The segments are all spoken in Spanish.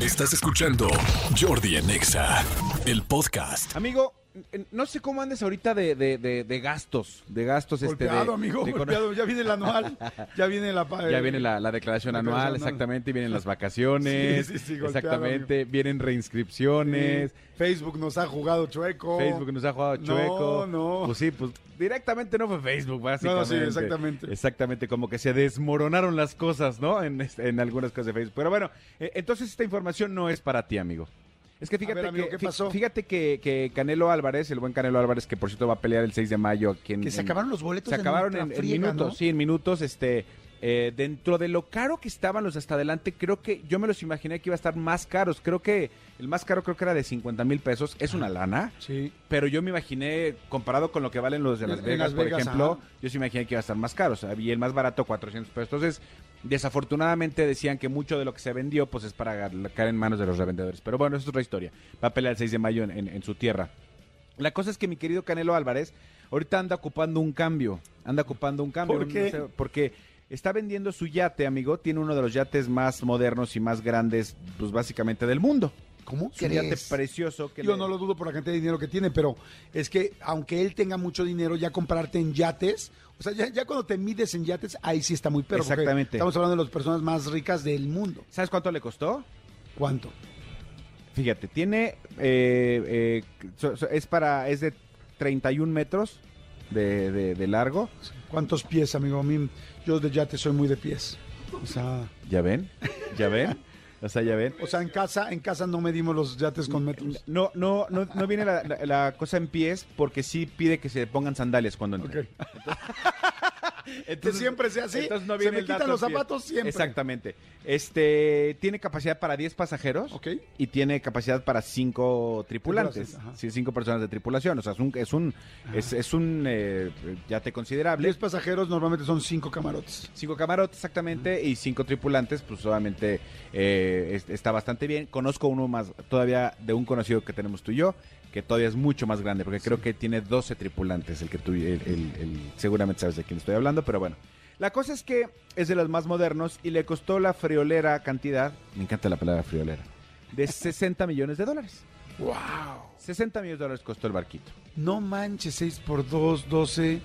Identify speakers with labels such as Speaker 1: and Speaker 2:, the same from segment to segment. Speaker 1: Estás escuchando Jordi en Exa, el podcast.
Speaker 2: Amigo, n- no sé cómo andes ahorita de, de- de- de gastos, de gastos este de-
Speaker 3: golpeado, amigo,
Speaker 2: de econo-
Speaker 3: golpeado. Ya viene el anual, ya viene la... pa-
Speaker 2: Ya viene la, la declaración
Speaker 3: Declaración
Speaker 2: anual,
Speaker 3: anual.
Speaker 2: exactamente, y vienen las vacaciones,
Speaker 3: Sí, sí, sí, golpeado,
Speaker 2: exactamente, vienen
Speaker 3: Sí,
Speaker 2: reinscripciones,
Speaker 3: Facebook nos ha jugado chueco.
Speaker 2: Facebook nos ha jugado
Speaker 3: No,
Speaker 2: chueco.
Speaker 3: no.
Speaker 2: Pues sí, pues directamente no fue Facebook, básicamente.
Speaker 3: sí, exactamente.
Speaker 2: Exactamente, como que se desmoronaron las cosas, ¿no? En, este- en algunas cosas de Facebook. Pero bueno, eh, entonces esta información no es para ti, amigo. Es que fíjate
Speaker 3: ver, amigo,
Speaker 2: que
Speaker 3: ¿qué
Speaker 2: fí-
Speaker 3: pasó?
Speaker 2: fíjate que, que Canelo Álvarez, el buen Canelo Álvarez, que por cierto va a pelear el 6 de mayo aquí en,
Speaker 3: Que se
Speaker 2: en-
Speaker 3: acabaron los boletos.
Speaker 2: se acabaron en, en minutos,
Speaker 3: sí.
Speaker 2: sí, en minutos, este, eh, dentro de lo caro que estaban los de hasta adelante, creo que yo me los imaginé que iba a estar más caros, creo que el más caro creo que era de 50 mil pesos, es una lana,
Speaker 3: Sí.
Speaker 2: pero yo me imaginé, comparado con lo que valen los de Las
Speaker 3: En- en
Speaker 2: Vegas,
Speaker 3: Las
Speaker 2: por
Speaker 3: Vegas,
Speaker 2: ejemplo,
Speaker 3: ajá.
Speaker 2: yo sí me imaginé que iba a estar más caro, o sea, y el más barato 400 pesos, entonces... Desafortunadamente decían que mucho de lo que se vendió pues es para caer en manos de los revendedores. Pero bueno, eso es otra historia. Va a pelear el 6 de mayo en- en- en su tierra. La cosa es que mi querido Canelo Álvarez ahorita anda ocupando un cambio. Anda ocupando un cambio.
Speaker 3: ¿Por
Speaker 2: un-
Speaker 3: qué?
Speaker 2: o sea, porque está vendiendo su yate, amigo. Tiene uno de los yates más modernos y más grandes, pues básicamente del mundo.
Speaker 3: ¿Cómo
Speaker 2: Su yate precioso. Que
Speaker 3: Yo
Speaker 2: le-
Speaker 3: no lo dudo por la cantidad de dinero que tiene, pero es que aunque él tenga mucho dinero, ya comprarte en yates, o sea, ya, ya cuando te mides en yates, ahí sí está muy perro. porque
Speaker 2: Exactamente.
Speaker 3: Estamos hablando de las personas más ricas del mundo.
Speaker 2: ¿Sabes cuánto le costó?
Speaker 3: ¿Cuánto?
Speaker 2: Fíjate, tiene... eh, eh, so- so- es para... Es de 31 metros de, de- de largo.
Speaker 3: ¿Cuántos pies, amigo? A mí, yo de yates soy muy de pies. O sea,
Speaker 2: ¿Ya ven? ¿Ya ven? O sea, ya ven.
Speaker 3: o sea en casa en casa no medimos los yates con metros.
Speaker 2: No, no, no, no viene la, la- la cosa en pies porque sí pide que se pongan sandalias cuando entren.
Speaker 3: Ok. Que siempre sea así.
Speaker 2: entonces no
Speaker 3: Se
Speaker 2: viene
Speaker 3: me
Speaker 2: el dato
Speaker 3: quitan los
Speaker 2: en pie.
Speaker 3: zapatos siempre.
Speaker 2: Exactamente. Este tiene capacidad para 10 pasajeros
Speaker 3: Ok.
Speaker 2: y tiene capacidad para 5 tripulantes.
Speaker 3: Tripulaciones, ajá.
Speaker 2: Sí, 5 personas de tripulación. O sea, es un, es un, es, es un eh, yate considerable.
Speaker 3: 10 pasajeros normalmente son 5 camarotes.
Speaker 2: Cinco camarotes exactamente y cinco tripulantes, pues obviamente eh, es- está bastante bien. Conozco uno más todavía de un conocido que tenemos tú y yo, que todavía es mucho más grande, porque creo que tiene 12 tripulantes, el que tú, el- el- el- seguramente sabes de quién estoy hablando, pero bueno. La cosa es que es de los más modernos y le costó la friolera cantidad, me encanta la palabra friolera, de 60 millones de dólares.
Speaker 3: ¡Wow!
Speaker 2: 60 millones de dólares costó el barquito.
Speaker 3: No manches, 6 por 2, 12.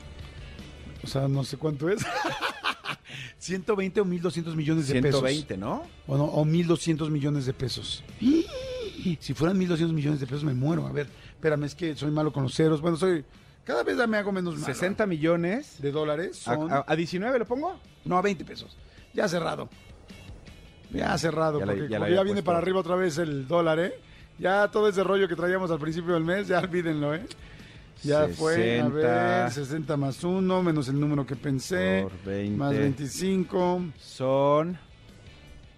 Speaker 3: O sea, no sé cuánto es. 120 o 1200 millones de
Speaker 2: 120,
Speaker 3: pesos.
Speaker 2: ¿no?
Speaker 3: O, no, o 1200 millones de pesos. Si fueran 1200 millones de pesos, me muero. A ver, espérame, es que soy malo con los ceros. Bueno, soy. Cada vez me hago menos malo.
Speaker 2: 60 millones.
Speaker 3: de dólares
Speaker 2: A,
Speaker 3: son.
Speaker 2: a- a 19 lo pongo?
Speaker 3: No, a 20 pesos. Ya cerrado. Ya cerrado,
Speaker 2: Ya la-
Speaker 3: porque
Speaker 2: ya la
Speaker 3: como
Speaker 2: había
Speaker 3: ya viene
Speaker 2: puesto.
Speaker 3: para arriba otra vez el dólar, ¿eh? Ya todo ese rollo que traíamos al principio del mes, ya olvídenlo, ¿eh? Ya fue,
Speaker 2: 60.
Speaker 3: a ver, 60 más 1, menos el número que pensé,
Speaker 2: Por 20.
Speaker 3: más 25.
Speaker 2: son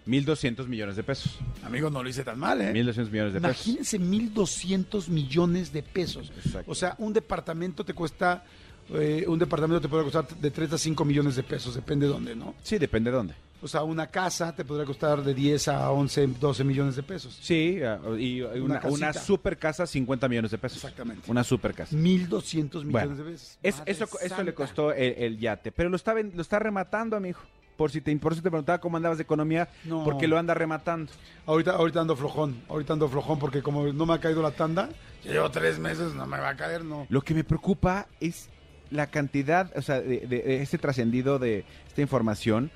Speaker 2: 1.200 millones de pesos.
Speaker 3: Amigo, no lo hice tan mal, ¿eh?
Speaker 2: 1.200 millones de pesos.
Speaker 3: Imagínense 1.200 millones de pesos.
Speaker 2: Exacto.
Speaker 3: O sea, un departamento te cuesta, eh, un departamento te puede costar de 3 a 5 millones de pesos, depende de dónde, ¿no?
Speaker 2: Sí, depende de dónde.
Speaker 3: O sea, una casa te podría costar de 10 a 11, 12 millones de pesos.
Speaker 2: Sí, ah, y una,
Speaker 3: Una casita.
Speaker 2: una super casa, 50 millones de pesos.
Speaker 3: Exactamente.
Speaker 2: Una super casa.
Speaker 3: 1.200 millones
Speaker 2: Bueno,
Speaker 3: de pesos.
Speaker 2: Es-
Speaker 3: Madre
Speaker 2: eso, eso
Speaker 3: santa.
Speaker 2: le costó el, el yate, pero lo está, ven- lo está rematando, amigo. Por si, te, por si te preguntaba cómo andabas de economía,
Speaker 3: No.
Speaker 2: porque lo anda rematando.
Speaker 3: Ahorita, ahorita ando flojón, ahorita ando flojón porque como no me ha caído la tanda, ya llevo tres meses, no me va a caer, no.
Speaker 2: Lo que me preocupa es la cantidad, o sea, de, de- de este trascendido de esta información.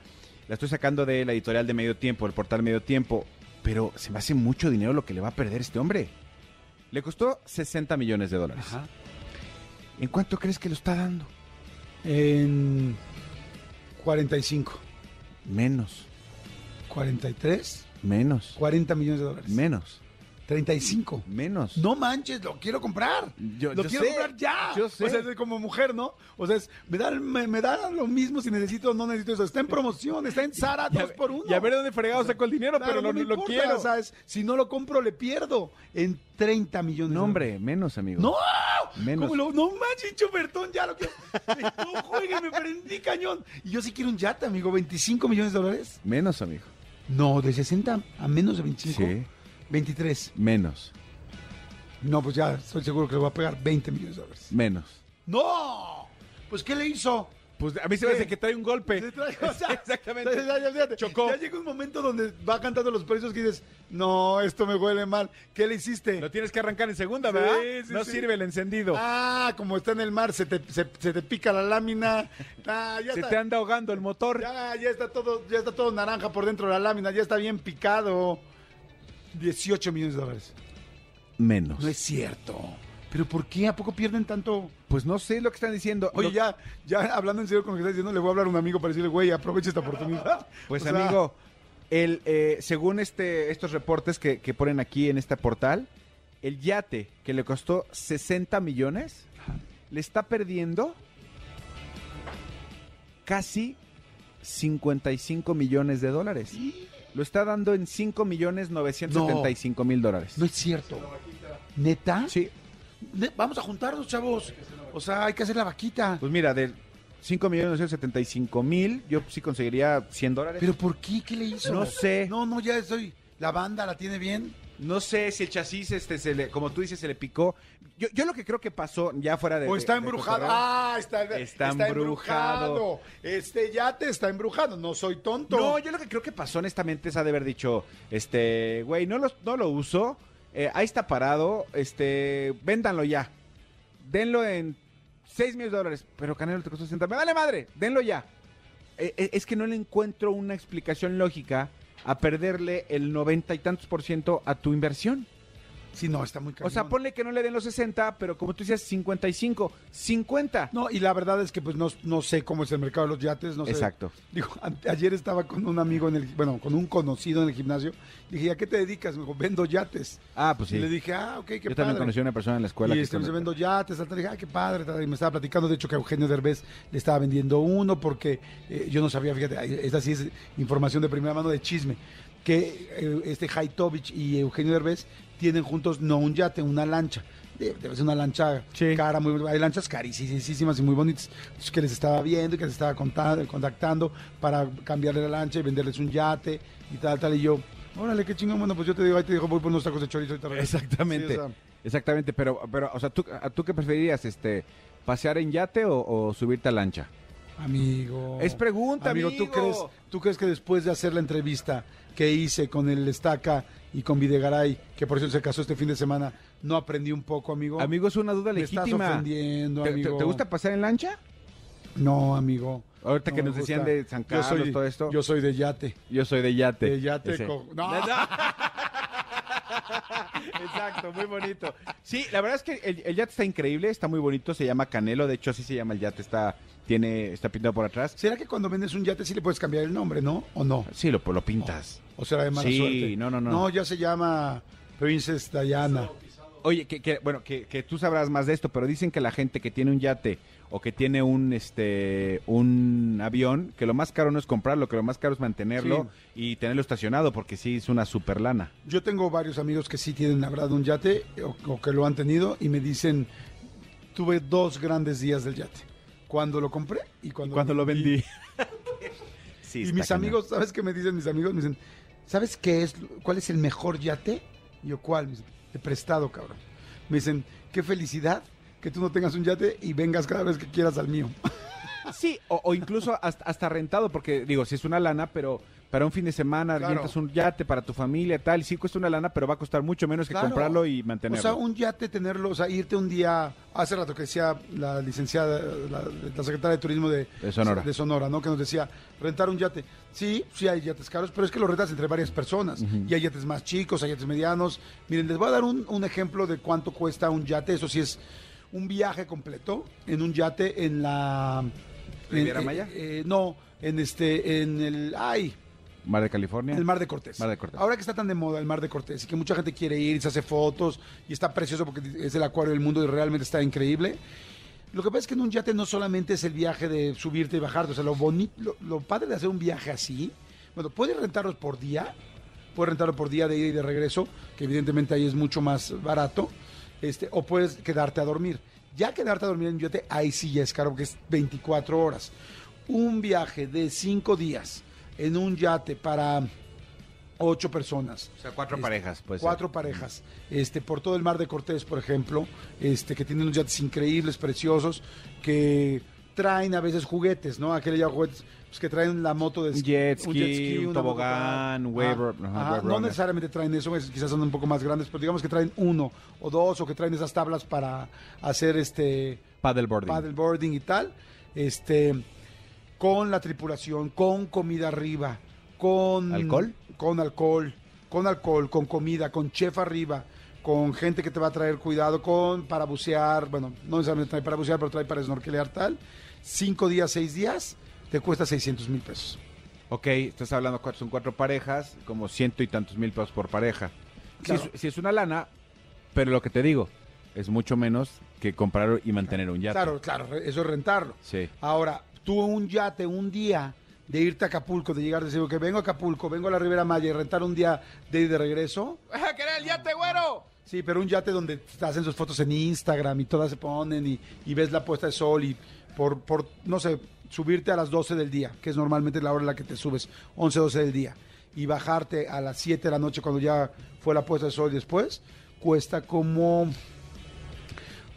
Speaker 2: La estoy sacando de la editorial de Medio Tiempo, el portal Medio Tiempo. Pero se me hace mucho dinero lo que le va a perder este hombre. Le costó 60 millones de dólares.
Speaker 3: Ajá.
Speaker 2: ¿En cuánto crees que lo está dando?
Speaker 3: En 45,
Speaker 2: Menos,
Speaker 3: 43,
Speaker 2: menos,
Speaker 3: 40 millones de dólares.
Speaker 2: menos,
Speaker 3: 35.
Speaker 2: menos.
Speaker 3: No manches, lo quiero comprar.
Speaker 2: Yo-
Speaker 3: lo
Speaker 2: yo
Speaker 3: quiero
Speaker 2: sé,
Speaker 3: comprar ya.
Speaker 2: yo sé.
Speaker 3: O sea, es como mujer, ¿no? O sea, es- me, dan, me, me dan lo mismo si necesito o no necesito eso. Está en promoción, está en Sara
Speaker 2: Ya-
Speaker 3: 2x1.
Speaker 2: ya ver dónde fregado sacó el dinero, pero lo-
Speaker 3: me
Speaker 2: lo
Speaker 3: importa,
Speaker 2: quiero.
Speaker 3: ¿sabes? Si no lo compro, le pierdo en 30 millones. de
Speaker 2: No,
Speaker 3: dólares.
Speaker 2: hombre, menos, amigo.
Speaker 3: ¡No!
Speaker 2: Menos.
Speaker 3: ¿Cómo lo- no manches, Chupertón, ya lo quiero. No juegues, me prendí cañón. Y yo sí quiero un yate, amigo. ¿25 millones de dólares?
Speaker 2: Menos, amigo.
Speaker 3: No, de 60 a menos de 25.
Speaker 2: Sí.
Speaker 3: 23.
Speaker 2: Menos,
Speaker 3: No, pues ya estoy seguro que le voy a pegar 20 millones de dólares.
Speaker 2: menos.
Speaker 3: ¡No! Pues ¿qué le hizo?
Speaker 2: Pues a mí se me hace que trae un golpe.
Speaker 3: Te trae- o sea,
Speaker 2: Exactamente.
Speaker 3: ya- ya- fíjate,
Speaker 2: Chocó.
Speaker 3: Ya llega un momento donde va cantando los precios que dices, no, esto me huele mal. ¿Qué le hiciste?
Speaker 2: Lo tienes que arrancar en segunda,
Speaker 3: Sí,
Speaker 2: ¿verdad?
Speaker 3: sí,
Speaker 2: no
Speaker 3: sí.
Speaker 2: sirve el encendido.
Speaker 3: Ah, como está en el mar, se te, se, se te pica la lámina. Ah, ya
Speaker 2: se
Speaker 3: está.
Speaker 2: te anda ahogando el motor.
Speaker 3: Ya, ya está todo, ya está todo naranja por dentro de la lámina, ya está bien picado. 18 millones de dólares.
Speaker 2: Menos.
Speaker 3: No es cierto. ¿Pero por qué? ¿A poco pierden tanto?
Speaker 2: Pues no sé lo que están diciendo.
Speaker 3: Oye,
Speaker 2: Lo-
Speaker 3: ya, ya hablando en serio con lo que estás diciendo, le voy a hablar a un amigo para decirle, güey, aprovecha esta oportunidad.
Speaker 2: Pues
Speaker 3: O sea,
Speaker 2: amigo, el, eh, según este, estos reportes que, que ponen aquí en esta portal, el yate que le costó 60 millones le está perdiendo casi 55 millones de dólares. Lo está dando en 5 millones 975 mil dólares.
Speaker 3: No es cierto. ¿Neta?
Speaker 2: Sí,
Speaker 3: Ne- Vamos a juntarnos, chavos. O sea, hay que hacer la vaquita.
Speaker 2: pues mira, de 5 millones 975 mil, yo sí conseguiría 100 dólares.
Speaker 3: ¿Pero por qué? ¿Qué le hizo?
Speaker 2: No sé.
Speaker 3: No, no, ya estoy. La banda la tiene bien.
Speaker 2: No sé si el chasis, este, se le, como tú dices, se le picó. Yo, yo lo que creo que pasó ya fuera de.
Speaker 3: O
Speaker 2: de-
Speaker 3: está
Speaker 2: de
Speaker 3: embrujado.
Speaker 2: cotorreo-
Speaker 3: Ah, está,
Speaker 2: Está embrujado.
Speaker 3: Este yate está embrujado. No soy tonto.
Speaker 2: No, yo lo que creo que pasó honestamente es ha de haber dicho, este, güey, no lo, no lo uso, eh, ahí está parado, este, véndanlo ya. Denlo en 6 millones de dólares, pero Canelo te costó 60. Me vale madre, denlo ya. Eh, eh, es que no le encuentro una explicación lógica a perderle el noventa y tantos por ciento a tu inversión.
Speaker 3: Sí, no, está muy
Speaker 2: O
Speaker 3: cañón.
Speaker 2: sea, ponle que no le den los 60, pero como tú dices, 55, 50.
Speaker 3: No, y la verdad es que pues no, no sé cómo es el mercado de los yates, no sé.
Speaker 2: Exacto.
Speaker 3: Digo, a- ayer estaba con un amigo en el, bueno, con un conocido en el gimnasio. Dije, ¿a qué te dedicas? Me dijo, vendo yates.
Speaker 2: Ah, pues sí.
Speaker 3: Y le dije, ah, ok, qué
Speaker 2: Yo
Speaker 3: padre.
Speaker 2: también conocí a una persona en la escuela.
Speaker 3: y
Speaker 2: que
Speaker 3: este, me
Speaker 2: con-
Speaker 3: dice, vendo yates, tal, tal. Dije, ah, qué padre. tal. Y me estaba platicando, de hecho, que a Eugenio Derbez le estaba vendiendo uno porque eh, yo no sabía, fíjate, ay, esta sí es información de primera mano de chisme, que eh, este Haitovich y Eugenio Derbez tienen juntos no un yate, una lancha. De- Debe ser una lancha
Speaker 2: Sí.
Speaker 3: cara, muy, hay lanchas carísimas y muy bonitas. Entonces, que les estaba viendo y que les estaba contando, contactando para cambiarle la lancha y venderles un yate y tal, tal. Y yo, órale, qué chingón, bueno, pues yo te digo, ahí te digo, voy por unos tacos de chorizo y te regreso.
Speaker 2: Exactamente.
Speaker 3: Sí, o sea,
Speaker 2: Exactamente, pero, pero, o sea, ¿tú, a- ¿tú qué preferirías, este, pasear en yate o, o subirte a lancha?
Speaker 3: Amigo.
Speaker 2: Es pregunta,
Speaker 3: ¿tú
Speaker 2: amigo.
Speaker 3: crees, ¿tú crees que después de hacer la entrevista que hice con el Estaca y con Videgaray, que por cierto se casó este fin de semana, no aprendí un poco, amigo?
Speaker 2: Amigo, es una duda
Speaker 3: me estás
Speaker 2: legítima.
Speaker 3: ofendiendo,
Speaker 2: ¿Te- te-
Speaker 3: amigo.
Speaker 2: ¿Te, gusta pasear en lancha?
Speaker 3: No, amigo.
Speaker 2: Ahorita
Speaker 3: No
Speaker 2: que
Speaker 3: me
Speaker 2: nos decían de San
Speaker 3: Yo soy-
Speaker 2: Carlos, todo esto.
Speaker 3: Yo soy de yate.
Speaker 2: Yo soy de yate.
Speaker 3: De yate.
Speaker 2: Ese.
Speaker 3: co- No.
Speaker 2: Exacto, muy bonito. Sí, la verdad es que el, el yate está increíble, está muy bonito, se llama Canelo, de hecho así se llama el yate, está, tiene, está pintado por atrás.
Speaker 3: ¿Será que cuando vendes un yate sí le puedes cambiar el nombre, no? ¿O no?
Speaker 2: Sí, lo, lo pintas.
Speaker 3: ¿O será de mala
Speaker 2: Sí,
Speaker 3: suerte?
Speaker 2: no, no, no.
Speaker 3: No, ya se llama Princess Diana.
Speaker 2: Oye, que, que- bueno, que, que tú sabrás más de esto, pero dicen que la gente que tiene un yate o que tiene un este un avión, que lo más caro no es comprarlo, que lo más caro es mantenerlo y tenerlo estacionado, porque sí es una super lana.
Speaker 3: Yo tengo varios amigos que sí tienen, la verdad, un yate o, o que lo han tenido y me dicen, tuve dos grandes días del yate. Cuando lo compré y cuando,
Speaker 2: sí,
Speaker 3: Y
Speaker 2: está
Speaker 3: mis
Speaker 2: cañón.
Speaker 3: amigos, ¿sabes qué me dicen mis amigos? Me dicen, ¿sabes qué es? ¿Cuál es el mejor yate? Y yo, ¿cuál? Me dicen, "El prestado, cabrón. Me dicen, qué felicidad que tú no tengas un yate y vengas cada vez que quieras al mío.
Speaker 2: Sí, o, o incluso hasta, hasta rentado, porque digo, si es una lana, pero para un fin de semana
Speaker 3: Claro.
Speaker 2: rentas un yate para tu familia, tal, sí cuesta una lana, pero va a costar mucho menos que
Speaker 3: Claro.
Speaker 2: comprarlo y mantenerlo.
Speaker 3: O sea, un yate tenerlo, o sea, irte un día, hace rato que decía la licenciada, la, la secretaria de turismo de,
Speaker 2: De Sonora.
Speaker 3: de ¿no? Que nos decía, rentar un yate. Sí, sí hay yates caros, pero es que lo rentas entre varias personas. Y hay yates más chicos, hay yates medianos. Miren, les voy a dar un, un ejemplo de cuánto cuesta un yate. Eso sí es un viaje completo en un yate en la...
Speaker 2: ¿Riviera
Speaker 3: en-
Speaker 2: Maya?
Speaker 3: eh, eh, no, en este, en el... ¡Ay!
Speaker 2: Mar de California.
Speaker 3: El Mar de Cortés.
Speaker 2: Mar de Cortés.
Speaker 3: Ahora que está tan de moda el Mar de Cortés y que mucha gente quiere ir y se hace fotos y está precioso porque es el acuario del mundo y realmente está increíble. Lo que pasa es que en un yate no solamente es el viaje de subirte y bajarte, o sea, lo bonito, lo, lo padre de hacer un viaje así, bueno, puedes rentarlos por día, puedes rentarlo por día de ida y de regreso, que evidentemente ahí es mucho más barato, este, o puedes quedarte a dormir. Ya quedarte a dormir en un yate, ahí sí ya es caro porque es 24 horas. Un viaje de 5 días en un yate para 8 personas,
Speaker 2: O sea, cuatro parejas, pues.
Speaker 3: Este, cuatro parejas, este, por todo el mar de Cortés, por ejemplo, este, que tienen unos yates increíbles, preciosos, que traen a veces juguetes, ¿no? Aquel ya juguetes pues, que traen la moto de
Speaker 2: Un jet ski, un
Speaker 3: una
Speaker 2: tobogán,
Speaker 3: moto para-
Speaker 2: wave
Speaker 3: Ajá,
Speaker 2: ro- ajá,
Speaker 3: ajá,
Speaker 2: wave
Speaker 3: No
Speaker 2: runner.
Speaker 3: necesariamente traen eso, es- quizás son un poco más grandes, pero digamos que traen uno o dos o que traen esas tablas para hacer este
Speaker 2: Paddleboarding.
Speaker 3: paddleboarding y tal. Este con la tripulación, con comida arriba, con
Speaker 2: ¿Alcohol?
Speaker 3: con alcohol, con alcohol, con comida, con chef arriba, con gente que te va a traer cuidado, con para bucear, bueno, no necesariamente trae para bucear, pero trae para snorkelear tal. Cinco días, seis días, te cuesta 600 mil pesos.
Speaker 2: Ok, estás hablando, cuatro- son cuatro parejas, como ciento y tantos mil pesos por pareja. Si
Speaker 3: Claro.
Speaker 2: es, sí es una lana, pero lo que te digo, es mucho menos que comprar y mantener un yate.
Speaker 3: Claro, claro, re- eso es rentarlo.
Speaker 2: Sí.
Speaker 3: Ahora, tú un yate un día de irte a Acapulco, de llegar, de decir, que vengo a Acapulco, vengo a la Ribera Maya y rentar un día de ir de regreso.
Speaker 4: ¿Qué era Ah, el yate, güero?
Speaker 3: Sí, pero un yate donde te hacen sus fotos en Instagram y todas se ponen y, y ves la puesta de sol y por, por, no sé, subirte a las 12 del día, que es normalmente la hora en la que te subes, 11, 12 del día, y bajarte a las 7 de la noche cuando ya fue la puesta de sol después, cuesta como...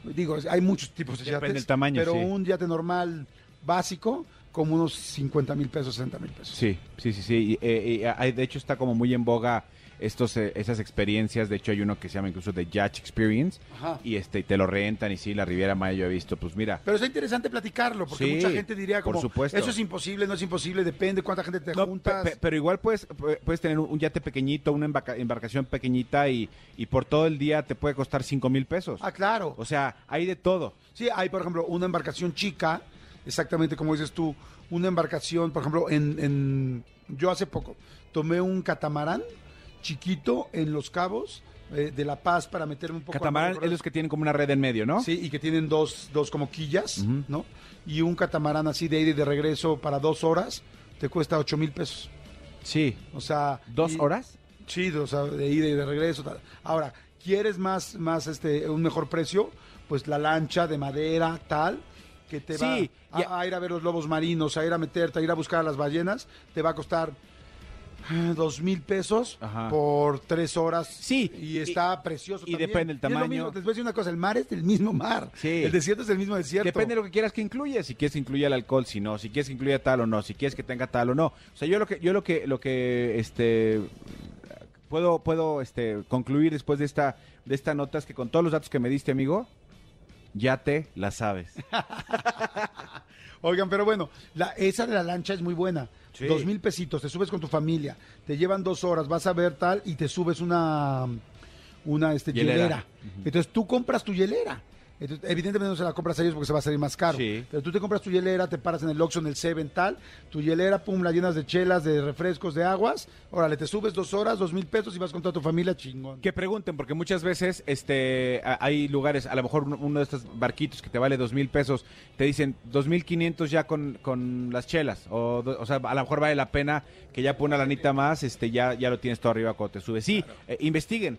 Speaker 3: Digo, hay muchos tipos de
Speaker 2: Depende
Speaker 3: yates,
Speaker 2: del tamaño,
Speaker 3: pero
Speaker 2: sí.
Speaker 3: un yate normal básico, como unos 50 mil pesos, 60 mil pesos.
Speaker 2: Sí, sí, sí, sí. Y, eh, y hay- de hecho, está como muy en boga estos, eh, esas experiencias. De hecho, hay uno que se llama incluso The Yacht Experience.
Speaker 3: Ajá.
Speaker 2: Y este, y te lo rentan. Y sí, la Riviera Maya yo he visto. Pues mira,
Speaker 3: Pero es interesante platicarlo, porque
Speaker 2: Sí,
Speaker 3: mucha gente diría
Speaker 2: por
Speaker 3: como,
Speaker 2: supuesto.
Speaker 3: eso es imposible, no es imposible, depende cuánta gente te
Speaker 2: No,
Speaker 3: juntas.
Speaker 2: pe- pe- pero igual puedes, pu- puedes tener un- un yate pequeñito, una embarca- embarcación pequeñita y, y por todo el día te puede costar 5 mil pesos.
Speaker 3: Ah, claro.
Speaker 2: O sea, hay de todo.
Speaker 3: Sí, hay, por ejemplo, una embarcación chica, exactamente como dices tú, una embarcación, por ejemplo, en, en- yo hace poco tomé un catamarán chiquito en Los Cabos eh, de La Paz para meterme un poco... al
Speaker 2: Catamarán
Speaker 3: mar,
Speaker 2: es los que tienen como una red en medio, ¿no?
Speaker 3: Sí, y que tienen dos, dos como quillas,
Speaker 2: Ujú.
Speaker 3: ¿no? Y un catamarán así de ida y de regreso para dos horas, te cuesta ocho mil pesos.
Speaker 2: Sí.
Speaker 3: O sea...
Speaker 2: ¿Dos
Speaker 3: y-
Speaker 2: horas?
Speaker 3: chido, o sea, de ida y de regreso. tal. Ahora, ¿quieres más, más este, un mejor precio? Pues la lancha de madera, tal, que te va
Speaker 2: Sí,
Speaker 3: a-
Speaker 2: ya-
Speaker 3: a, ir a ver los lobos marinos, a ir a meterte, a ir a buscar a las ballenas, te va a costar eh, dos mil pesos
Speaker 2: Ajá.
Speaker 3: por tres horas.
Speaker 2: Sí,
Speaker 3: Y
Speaker 2: y-
Speaker 3: está precioso
Speaker 2: y
Speaker 3: también.
Speaker 2: depende el
Speaker 3: Y es lo
Speaker 2: tamaño.
Speaker 3: mismo, les voy a decir una cosa, el mar es del mismo mar.
Speaker 2: Sí.
Speaker 3: El desierto es del mismo desierto.
Speaker 2: Depende de lo que quieras que incluya, si quieres que incluya el alcohol, si no, si quieres que incluya tal o no, si quieres que tenga tal o no. O sea, yo lo que yo lo que lo que este puedo puedo este concluir después de esta de esta nota es que con todos los datos que me diste, amigo, ya te la sabes.
Speaker 3: Oigan, pero bueno, la, esa de la lancha es muy buena.
Speaker 2: Sí.
Speaker 3: Dos mil pesitos, te subes con tu familia, te llevan dos horas, vas a ver tal y te subes una, una este, hielera.
Speaker 2: Hielera.
Speaker 3: Entonces tú compras tu hielera. Entonces, evidentemente no se la compras a ellos porque se va a salir más caro.
Speaker 2: Sí.
Speaker 3: Pero tú te compras tu hielera, te paras en el Oxxo, en el Seven, tal. Tu hielera, pum, la llenas de chelas, de refrescos, de aguas. Órale, te subes dos horas, dos mil pesos y vas con toda tu familia, chingón.
Speaker 2: Que pregunten, porque muchas veces este, a- hay lugares, a lo mejor uno- uno de estos barquitos que te vale dos mil pesos, te dicen dos mil quinientos ya con, con las chelas. O, do- o sea, a lo mejor vale la pena que ya por una lanita más, este, ya, ya lo tienes todo arriba cuando te subes. Sí, eh, investiguen.